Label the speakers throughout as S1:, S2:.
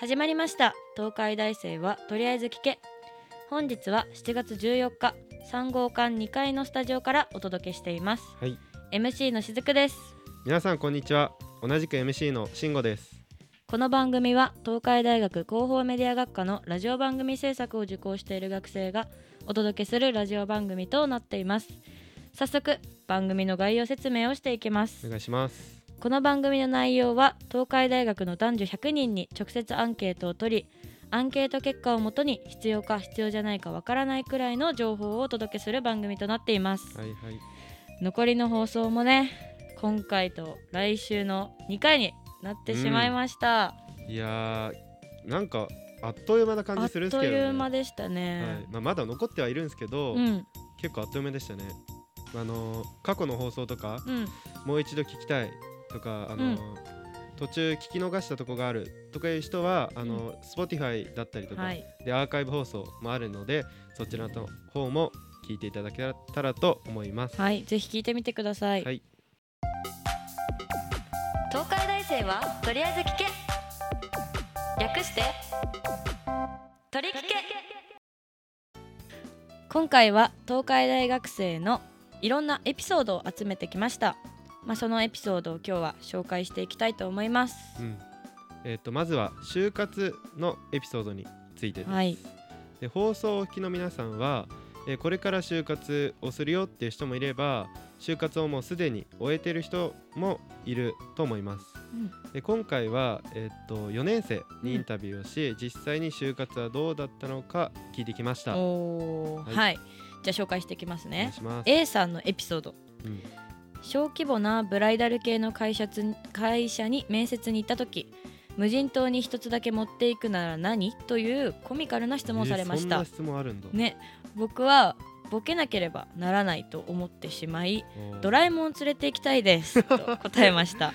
S1: 始まりました東海大生はとりあえず聞け本日は7月14日3号館2階のスタジオからお届けしています
S2: はい、
S1: MC のしずくです
S2: 皆さんこんにちは。同じく MC の慎吾です。
S1: この番組は東海大学広報メディア学科のラジオ番組制作を受講している学生がお届けするラジオ番組となっています早速番組の概要説明をしていきます
S2: お願いします。
S1: この番組の内容は東海大学の男女100人に直接アンケートを取りアンケート結果をもとに必要か必要じゃないかわからないくらいの情報をお届けする番組となっています、
S2: はいはい。
S1: 残りの放送もね今回と来週の2回になってしまいました、
S2: いやー、なんかあっという間な感
S1: あ
S2: じ
S1: っ
S2: するんです
S1: と
S2: けど、ね。
S1: いう間でした
S2: はい
S1: ね、、
S2: まあまだ残ってはいるんですけど、
S1: うん
S2: 結構あっという間でしたね。あのー過去の放送とか
S1: うん
S2: もう一度聞きたいとかあのー途中聞き逃したとこがあるとかいう人はあのー Spotify だったりとか、
S1: はい
S2: でアーカイブ放送もあるのでそちらの方も聞いていただけたらと思います。
S1: はいぜひ聞いてみてください、
S2: はい
S1: 東海大生はとりあえず聞け略してとり聞け今回は東海大学生のいろんなエピソードを集めてきましたまあそのエピソードを今日は紹介していきたいと思います、
S2: うんえー、とまずは就活のエピソードについてです、
S1: はい
S2: で放送をお聞きの皆さんは、えーこれから就活をするよっていう人もいれば就活をもうすでに終えてる人もいると思います
S1: うん
S2: で今回は、えー、と4年生にインタビューをし、実際に就活はどうだったのか聞いてきましたお
S1: おーは、
S2: はいい
S1: じゃあ紹介していきます
S2: 願い
S1: ね
S2: します、
S1: A さんのエピソード
S2: うん
S1: 小規模なブライダル系の会社つ会社に面接に行った時無人島に一つだけ持っていくなら何というコミカルな質問をされまし
S2: えーそん
S1: た
S2: な、質問あるんだ、
S1: ね僕はボケなければならないと思ってしまい
S2: おー
S1: ドラえもんを連れて行きたいです と答えました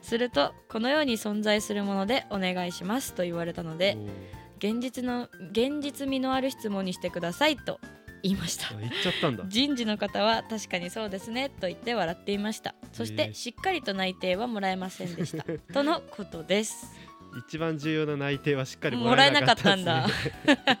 S1: するとこのように存在するものでお願いしますと言われたので
S2: おー
S1: 現実の現実味のある質問にしてくださいと言いました
S2: あ言っちゃったんだ
S1: 人事の方は確かにそうですねと言って笑っていましたそし
S2: え
S1: て
S2: ー
S1: しっかりと内定はもらえませんで したとのことです
S2: 一番重要な内定はしっかり
S1: も
S2: も
S1: ら
S2: ら
S1: え
S2: え
S1: な
S2: な
S1: か
S2: か
S1: っ
S2: ったた
S1: ん
S2: ん
S1: だ
S2: だ。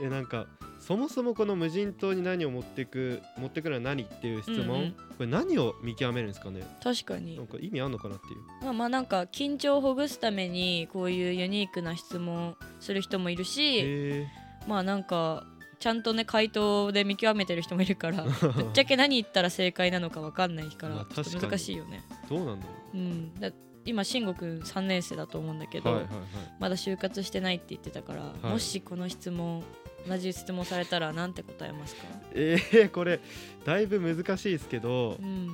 S2: えなんかそもそもこの無人島に何を持ってく持ってくるのは何っていう質問、
S1: うんうん
S2: これ何を見極めるんですかね
S1: 確か
S2: な
S1: に
S2: んか意味あんのかなっていう
S1: まあまあなんか緊張をほぐすためにこういうユニークな質問する人もいるし
S2: へ
S1: まあなんかちゃんとね回答で見極めてる人もいるから ぶっ
S2: ー
S1: ちゃけ何言ったら正解なのかわかんないから、
S2: まあ
S1: ちょっと
S2: 確かに
S1: 難しいよね、
S2: どうなんだろ
S1: うん、だ今慎吾くん3年生だと思うんだけ
S2: う
S1: ど、
S2: はいはいはい
S1: まだ就活してないって言ってたから、
S2: い
S1: もしこの質問同じ質問されたらなんて答えますか、
S2: えー、これだいぶ難しいですけど
S1: うん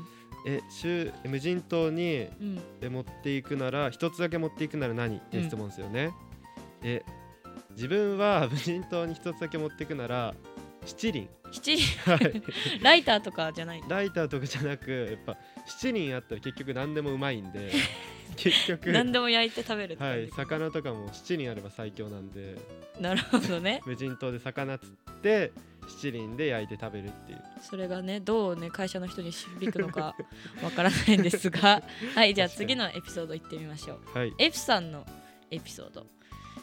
S2: え州無人島に
S1: うん、
S2: え持っていくなら一つだけ持っていくなら何っていう質問ですよね、え自分は無人島に一つだけ持っていくなら 七輪
S1: 七輪
S2: はい
S1: ライターとかじゃない
S2: ライターとかじゃなくやっぱ7人あったら結局何でもうまい んで結局
S1: 何でも焼いて食べるって
S2: は
S1: 感
S2: い
S1: じ、
S2: 魚とかも7人あれば最強なんで
S1: なるほどね
S2: 無人島で魚釣って七輪で焼いて食べるっていう
S1: それがねどうね会社の人に響くのかわからないんです がはいじゃあ
S2: 確かに
S1: 次のエピソードいってみましょう
S2: はい、
S1: F さんのエピソード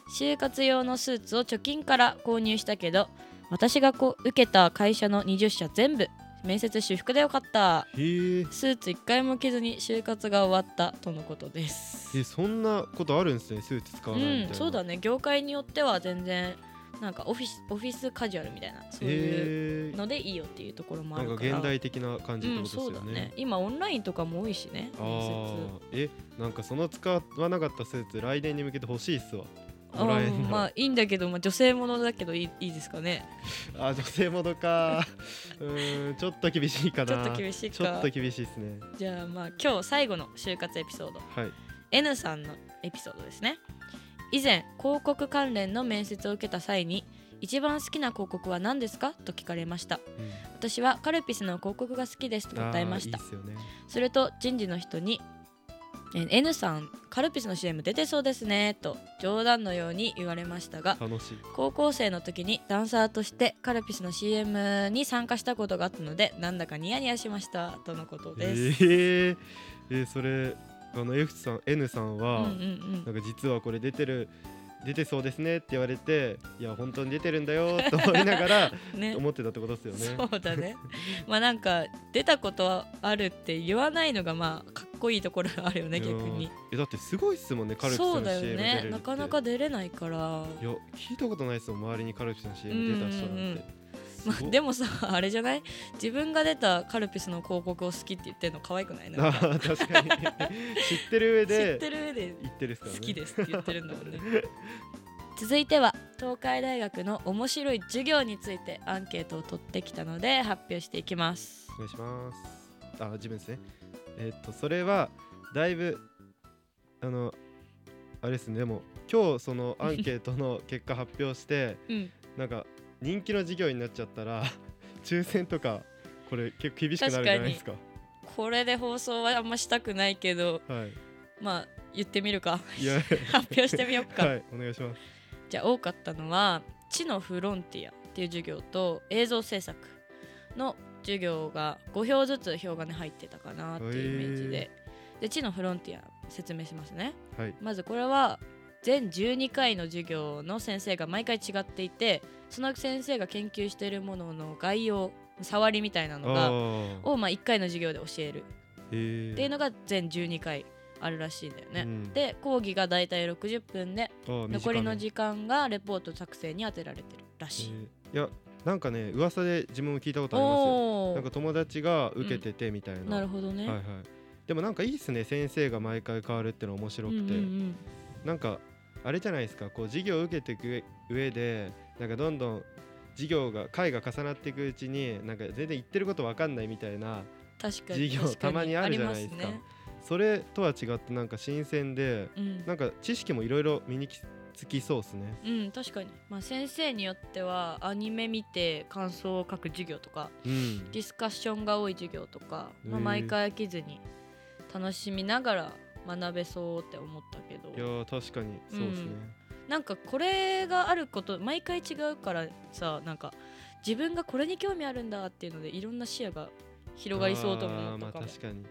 S1: 就活用のスーツを貯金から購入したけど私がこう受けた会社の20社全部面接私服でよかった
S2: へえ
S1: スーツ一回も着ずに就活が終わったとのことです。
S2: えそんなことあるんですねスーツ使
S1: う
S2: わないみたいな、
S1: ん、そうだね。業界によっては全然なんかオフィスオフィスカジュアルみたいなそういう
S2: へえ
S1: のでいいよっていうところもあ
S2: なん
S1: る
S2: か
S1: から。
S2: 現代的な感じって
S1: う
S2: こ
S1: ん、そ
S2: と
S1: う
S2: です
S1: だ
S2: よ
S1: ね
S2: ね。、
S1: 今オンラインとかも多いしね。
S2: あ
S1: 面
S2: あーえなんかその使わなかったスーツ来年に向けて欲しいっすわ
S1: 接
S2: もらえ
S1: うんん
S2: の
S1: まあいいんだけど、まあ女性ものだけどいいいいですかね。
S2: あ女性ものか うーんちょっと厳しいか
S1: ちょ
S2: な
S1: っと厳しい
S2: ちょ
S1: か
S2: っと。厳しいですね
S1: じゃあまあ今日最後の就活エピソード。
S2: はい
S1: N さんのエピソードですね以前広告関連の面接を受けた際に一番好きな広告は何ですかと聞かれました私はカルピスの広告が好きですと答えました
S2: あーいいっすよね。
S1: すると人事の人にえー N さんカルピスの CM 出てそうですねと冗談のように言われましたが
S2: 楽しい。
S1: 高校生の時にダンサーとしてカルピスの CM に参加したことがあったのでなんだかニヤニヤしましたとのこと
S2: え
S1: です、
S2: ー、えーそれあの F さん N さんは、
S1: うんうんうん
S2: なんか実はこれ出てる出てそうですねって言われていや本当に出てるんだよと思いながら
S1: ね
S2: 思ってたってことですよね。
S1: そうだねまあなんか出たことはあるって言わないのがまあかっこいいところがあるよね逆
S2: い
S1: に
S2: やえだってすごいっすもんねカルピス
S1: そ
S2: の
S1: うだよ
S2: CM 出れるっ
S1: ね
S2: て
S1: なかなか出れないから
S2: いや聞いたことないですよ周りにカルピスの CM 出た人なんて。
S1: うんうんうん
S2: すご
S1: ま
S2: っ
S1: あ、でもさ あれじゃない自分が出たカルピスの広告を好きって言ってるの可愛くないな
S2: あ
S1: んか
S2: ー 確かに知ってる
S1: 知
S2: 上
S1: っ
S2: で
S1: てる上で
S2: 言ってるっすか
S1: 好
S2: らね
S1: きですって言ってるんだもんね 続いては東海大学の面白い授業についてアンケートを取ってきたので発表していきます
S2: お願いしますあ自分ですねえっとそれはだいぶあのあれですねでも今日 そのアンケートの結果発表して
S1: うん
S2: なんか人気の授業になっちゃったら 抽選とかこれ結構厳しくなるん
S1: 確
S2: じ
S1: か
S2: ゃ
S1: に
S2: ないですか
S1: これで放送はあんましたくないけど
S2: はい
S1: まあ言ってみるか
S2: いや
S1: 発表してみよう か、
S2: はいお願いします
S1: じゃあ多かったのは「知のフロンティア」っていう授業と映像制作の授業が5票ずつ票がね入ってたかなっていうイメージで、で知のフロンティア説明しますね
S2: はい
S1: まずこれは全12回の授業の先生が毎回違っていてその先生が研究しているものの概要触りみたいなのが
S2: あ
S1: をまあ1回の授業で教える
S2: え
S1: っていうのが全12回あるらしいんだよね、
S2: うん
S1: で講義がだいたい60分で残りの時間がレポート作成に充てられてるらしい、
S2: えーいやなんかね噂で自分も聞いたことあります
S1: お
S2: なん
S1: ー
S2: か友達が受けててみたいな、
S1: なるほどね、
S2: はいはいでもなんかいいっすね先生が毎回変わるっての面白くて、
S1: うんうん
S2: なんかあれじゃないですかこう授業を受けていく上上でなんかどんどん授業が回が重なっていくうちになんか全然言ってることわかんないみたいな
S1: うん確かに
S2: 授業
S1: 確か
S2: たまにあるじゃないですか
S1: ありま
S2: それとは違ってなんか新鮮です
S1: ねうん
S2: なんか知識もいろいろ身につきそうですね
S1: うん確かに、まあ、先生によってはアニメ見て感想を書く授業とか
S2: うん
S1: ディスカッションが多い授業とか、まあ、
S2: へー
S1: 毎回飽きずに楽しみながら学べそうって思ったけ
S2: いや
S1: ど
S2: ー確かにそうですね、
S1: なんかこれがあること毎回違うからさなんか自分がこれに興味あるんだっていうのでいろんな視野が広がりそうとも思
S2: あー
S1: ったか
S2: ま
S1: も
S2: あ、確かに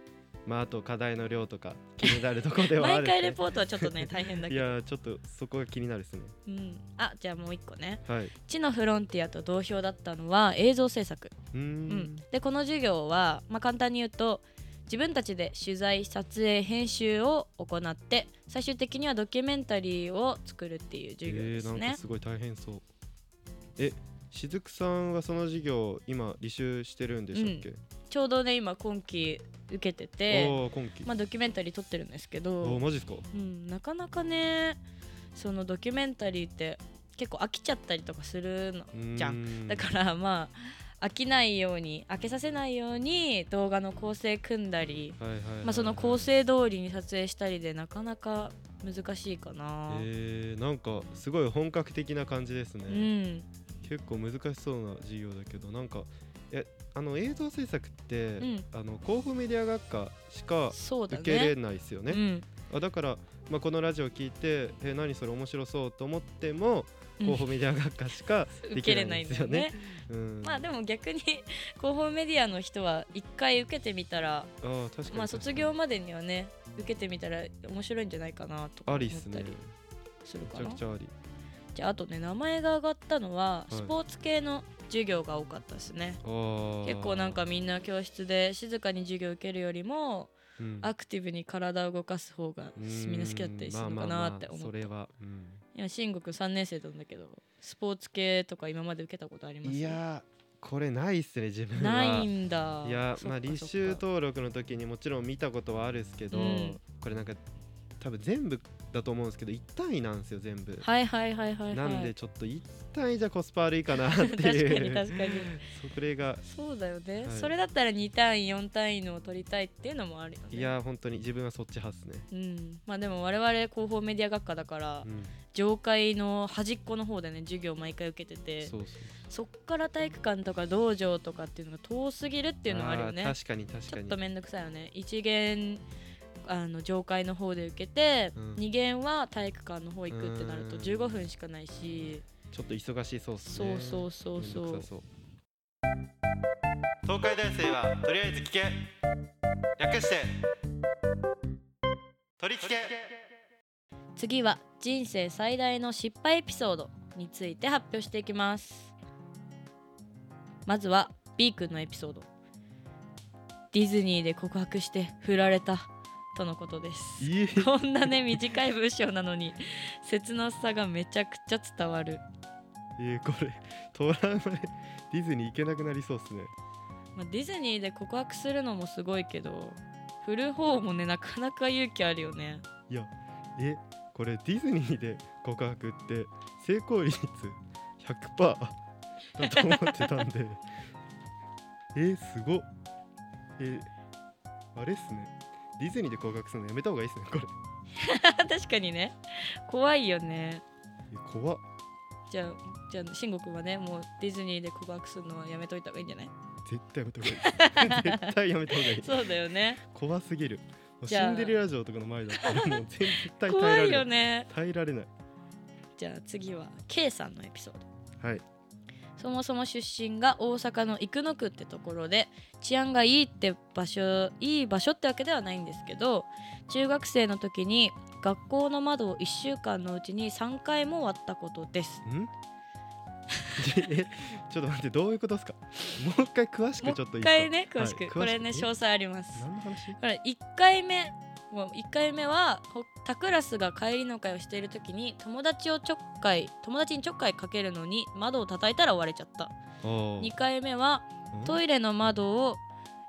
S2: まああと課題の量とか気になるとこではあ
S1: 毎
S2: るんで
S1: 回レポートはちょっとね大変だ
S2: い
S1: けど、
S2: やーちょっとそこが気になるですね
S1: うん、 あじゃあもう一個ね
S2: はい
S1: 「知のフロンティア」と同票だったのは映像制作
S2: うーん
S1: うん、でこの授業は、まあ、簡単に言うと自分たちで取材撮影編集を行って最終的にはドキュメンタリーを作るっていう授業です
S2: えー、なん
S1: ね
S2: か。すごい大変そうえしずくさんはその授業今履修してるんでしたっけ、
S1: ちょうどね今今期受けてて、
S2: ああ今期、
S1: まあ、ドキュメンタリー撮ってるんですけ
S2: あ
S1: ど
S2: ー、マジですか
S1: うん、なかなかねそのドキュメンタリーって結構飽きちゃったりとかするのじゃん
S2: ん
S1: だからまあ飽きないように飽きさせないように動画の構成組んだり
S2: ら、はいはいはいはい
S1: まあ、その構成通りに撮影したりでなかなか難しいかな、
S2: えー、なんかすごい本格的な感じですね、
S1: うん
S2: 結構難しそうな授業だけどなんかえあの映像制作って、
S1: うん
S2: あの広報メディア学科しか
S1: そうだ
S2: 受
S1: ね
S2: けれないですよね
S1: うん
S2: あだから、まあ、このラジオ聞いて「え何それ面白そう」と思っても
S1: うん
S2: 広報メディア学科し か
S1: 受
S2: で
S1: け
S2: きな
S1: れ
S2: い
S1: ない
S2: ん
S1: ん
S2: で
S1: だ
S2: すよ
S1: よ
S2: ね
S1: ね。
S2: うん
S1: まあでも逆に広報メディアの人は一回受けてみたら
S2: あー確かに
S1: まあ卒業までにはね受けてみたら面白いんじゃないかなとか
S2: あ
S1: 思
S2: り
S1: っ
S2: っす
S1: た
S2: ね
S1: りするか
S2: めちゃ
S1: な、
S2: くちゃあり
S1: じゃああとね名前が上がったのは
S2: はい
S1: スポーツ系の授業が多かったですね、
S2: あー
S1: 結構なんか、みんな教室で静かに授業受けるよりも
S2: うん
S1: アクティブに体を動かす方が
S2: うん
S1: みんな好きだったりするのかなって思
S2: まあまあまあそ
S1: って
S2: れは、うん
S1: 今慎吾くん3年生なんだけどスポーツ系とか今まで受けたことあります
S2: いやーこれないっすね自分は
S1: ないんだ
S2: いや
S1: そっか
S2: まあ履修登録の時にもちろん見たことはあるっすけど、
S1: うん
S2: これなんか多分全部だと思うんですけど1単位なんですよ全部、
S1: そっかはいはいはいはいはい
S2: なんでちょっと1単位じゃコスパ悪いかなっていう
S1: 確かに確かに
S2: それが
S1: そうだよね、
S2: はい
S1: それだったら2単位4単位のを取りたいっていうのもあるよね
S2: いやー本当に自分はそっち派っすね、
S1: うん、まあでも我々広報メディア学科だから、
S2: うん、
S1: 上階の端っこの方でね授業毎回受けてて
S2: そうそう
S1: そっから体育館とか道場とかっていうのが遠すぎるっていうのはあるよね
S2: ー確かに確
S1: ち
S2: か
S1: ょっ
S2: に
S1: と面倒くさいよね一限あの上階の方で受けて、
S2: うん
S1: 二限は体育館の方行くってなると
S2: うん
S1: 15分しかないし、
S2: ちょっと忙しいそうっす
S1: そ
S2: ね
S1: うそうそうそ
S2: めん
S1: う
S2: どくさそう東海大生はとりあえず聞け略して取り聞け
S1: 次は人生最大の失敗エピソードについて発表していきますまずは B 君のエピソードディズニーで告白して振られたとのことです
S2: いい
S1: こんなね短い文章なのに切なさがめちゃくちゃ伝わる、
S2: えーこれトラウマでディズニー行けなくなりそうですね
S1: まあ、ディズニーで告白するのもすごいけど振る方もねなかなか勇気あるよね
S2: いやえこれディズニーで告白って成功率100%だと思ってたんで えー、すごっえーあれっすねディズニーで告白するのやめた方がいいっすねこれ
S1: 確かにね怖いよね
S2: え怖っ
S1: じゃあじゃあ慎吾君はねもうディズニーで告白するのはやめといた方がいいんじゃない
S2: 絶対やめた方がいい 絶対やめた方がいい
S1: そうだよ ね
S2: 怖すぎるもう
S1: じ
S2: シ
S1: ゃあ
S2: ンデレラ城とかの前だったらもう絶対耐
S1: 怖
S2: えられ
S1: い
S2: ない
S1: よね
S2: 耐えられない
S1: じゃあ次は K さんのエピソード
S2: はい
S1: そもそも出身が大阪の生野区ってところで治安がいいって場所いい場所ってわけではないんですけど中学生の時に学校の窓を1週間のうちに3回も割ったことです
S2: ん えちょっと待ってどういうことですかもう一回詳し
S1: も
S2: く
S1: う
S2: ちょっとい
S1: 一
S2: いですか
S1: 回ね詳しく,、
S2: はい
S1: これね
S2: 詳しく
S1: 詳細あります
S2: 何の話
S1: これ1回目もう1回目はほ他クラスが帰りの会をしている時に友達をちょっかい友達にちょっかいかけるのに窓を叩いたら割れちゃった2回目はト
S2: イ
S1: イレの窓を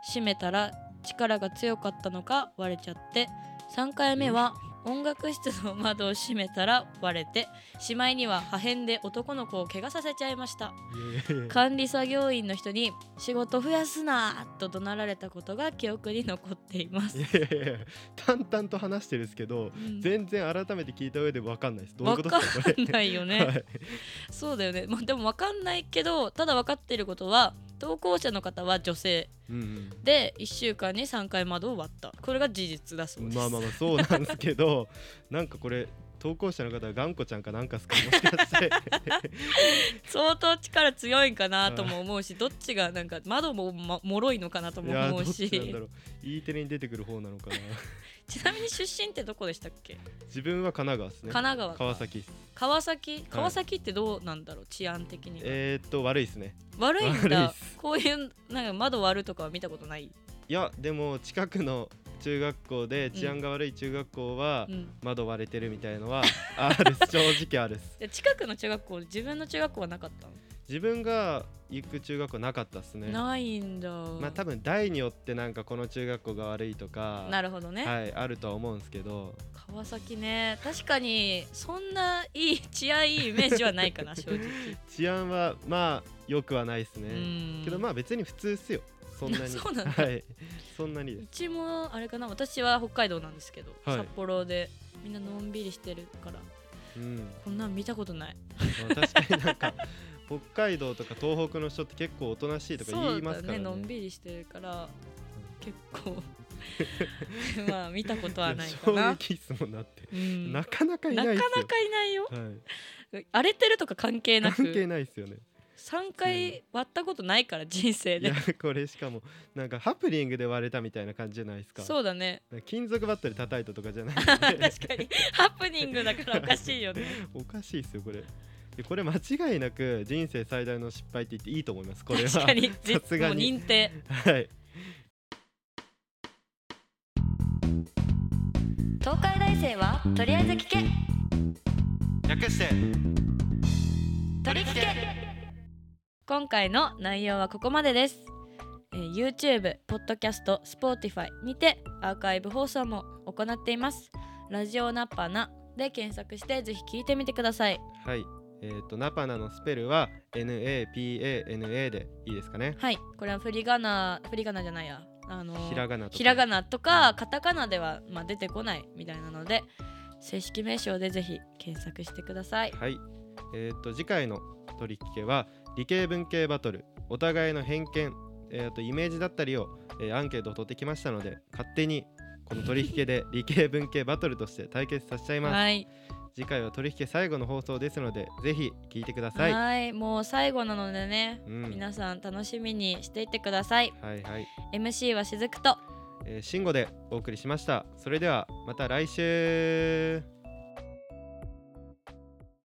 S1: 閉めたら力が強かったのか割れちゃって3回目は音楽室の窓を閉めたら割れてしまいには破片で男の子を怪我させちゃいました管理作業員の人に「仕事増やすな!」と怒鳴られたことが記憶に残っています
S2: い。やいやいやいや淡々と話してるんですけど
S1: うん
S2: 全然改めて聞いた上で分かんないですどういう
S1: わ
S2: こと
S1: か
S2: ですかこ
S1: ん
S2: れ
S1: ないよね、
S2: はい
S1: そうだよね、まあ、でもわかんないけどただ分かってることは投稿者の方は女性
S2: うん
S1: で1週間に3回窓を割ったこれが事実だそううんです
S2: まあまあまあそうなんですけど なんかこれ投稿者の方は頑固ちゃんかなんかですかもしかして
S1: 相当力強いんかなとも思うしどっちがなんか窓もま脆いのかなと
S2: い
S1: も
S2: や
S1: 思
S2: どっ
S1: う
S2: ち
S1: し
S2: なんだろう E テレに出てくる方なのかな
S1: ちなみに出身ってどこでしたっけ、
S2: 自分は神奈川ですね
S1: 神奈川か
S2: 川崎っす
S1: 川崎川崎ってどうなんだろう治安的には、
S2: えー、っと悪いですね
S1: 悪いん
S2: 悪いっ
S1: だ
S2: す
S1: こういうなんか窓割るとかは見たことない、
S2: いやでも近くの中学校で治安が悪い中学校は
S1: うん、
S2: 窓割れてるみた いのはあるっす正直あるっす
S1: で近くの中学校自分の中学校はなかったの
S2: 自分が行く中学校なかったっすね
S1: ないんだ。
S2: まあ多分代によってなんかこの中学校が悪いとか
S1: なるほどね、
S2: はいあるとは思うんですけど
S1: 川崎ね確かにそんないい治安いいイメージはない かな正直。
S2: 治安はまあ良くはないです
S1: う
S2: ね
S1: ん
S2: けどまあ別に普通っすよそんな に
S1: そうなんだ
S2: はいそんなにで
S1: う
S2: す
S1: ちもあれかな私は北海道なんですけど、
S2: はい
S1: 札幌でみんなのんびりしてるから
S2: うん
S1: こんなん見たことない。
S2: まあ確かにな んか北海道とか東北の人って結構おとなしいとか言います
S1: そう
S2: からね
S1: だねのんびりしてるから結構 まあ見たことはない
S2: いや
S1: かな。
S2: 衝撃っすもんなって
S1: うん
S2: なかなかいないっすよ
S1: なかなかいないよ
S2: はい、
S1: 荒れてるとか関係な
S2: 関係
S1: く
S2: ないですよね。
S1: 3回割ったことないから人生
S2: いや
S1: で
S2: これしかもなんかハプニングで割れたみたいな感じじゃないですか。
S1: そうだね
S2: なんか金属バットで叩いたとかじ ゃない
S1: 確かにハプニングだからおかしいよね
S2: おかしいですよこれ。でこれ間違いなく人生最大の失敗って言っていいと思います。これは
S1: 確か にじ
S2: さすがに
S1: もう認定
S2: はい。
S1: 東海大生はとりあえず聞け
S2: 略して
S1: 取り付け今回の内容はここまでです、えー YouTube、ポッドキャスト、Spotify にてアーカイブ放送も行っていますラジオナパナで検索してぜひ聞いてみてください
S2: はい。えっ、とナパナのスペルは N A P A N A でいいですかね。
S1: はいこれは振り仮名振り仮名じゃないやあのー
S2: ひらがなとか。
S1: ひらがなとかカタカナでは、まあ、出てこないみたいなので正式名称でぜひ検索してください
S2: はい。えっ、と次回の取り引けは理系文系バトルお互いの偏見、えー、あとイメージだったりを、えーアンケートを取ってきましたので勝手にこの取り引けで 理系文系バトルとして対決させちゃいます。
S1: はい
S2: 次回は取り引け最後の放送ですのでぜひ聞いてください。
S1: はいもう最後なのでね、
S2: うん
S1: 皆さん楽しみにしていてください
S2: はいはい。
S1: MC はしずくと
S2: えー、慎吾でお送りしました。それではまた来週。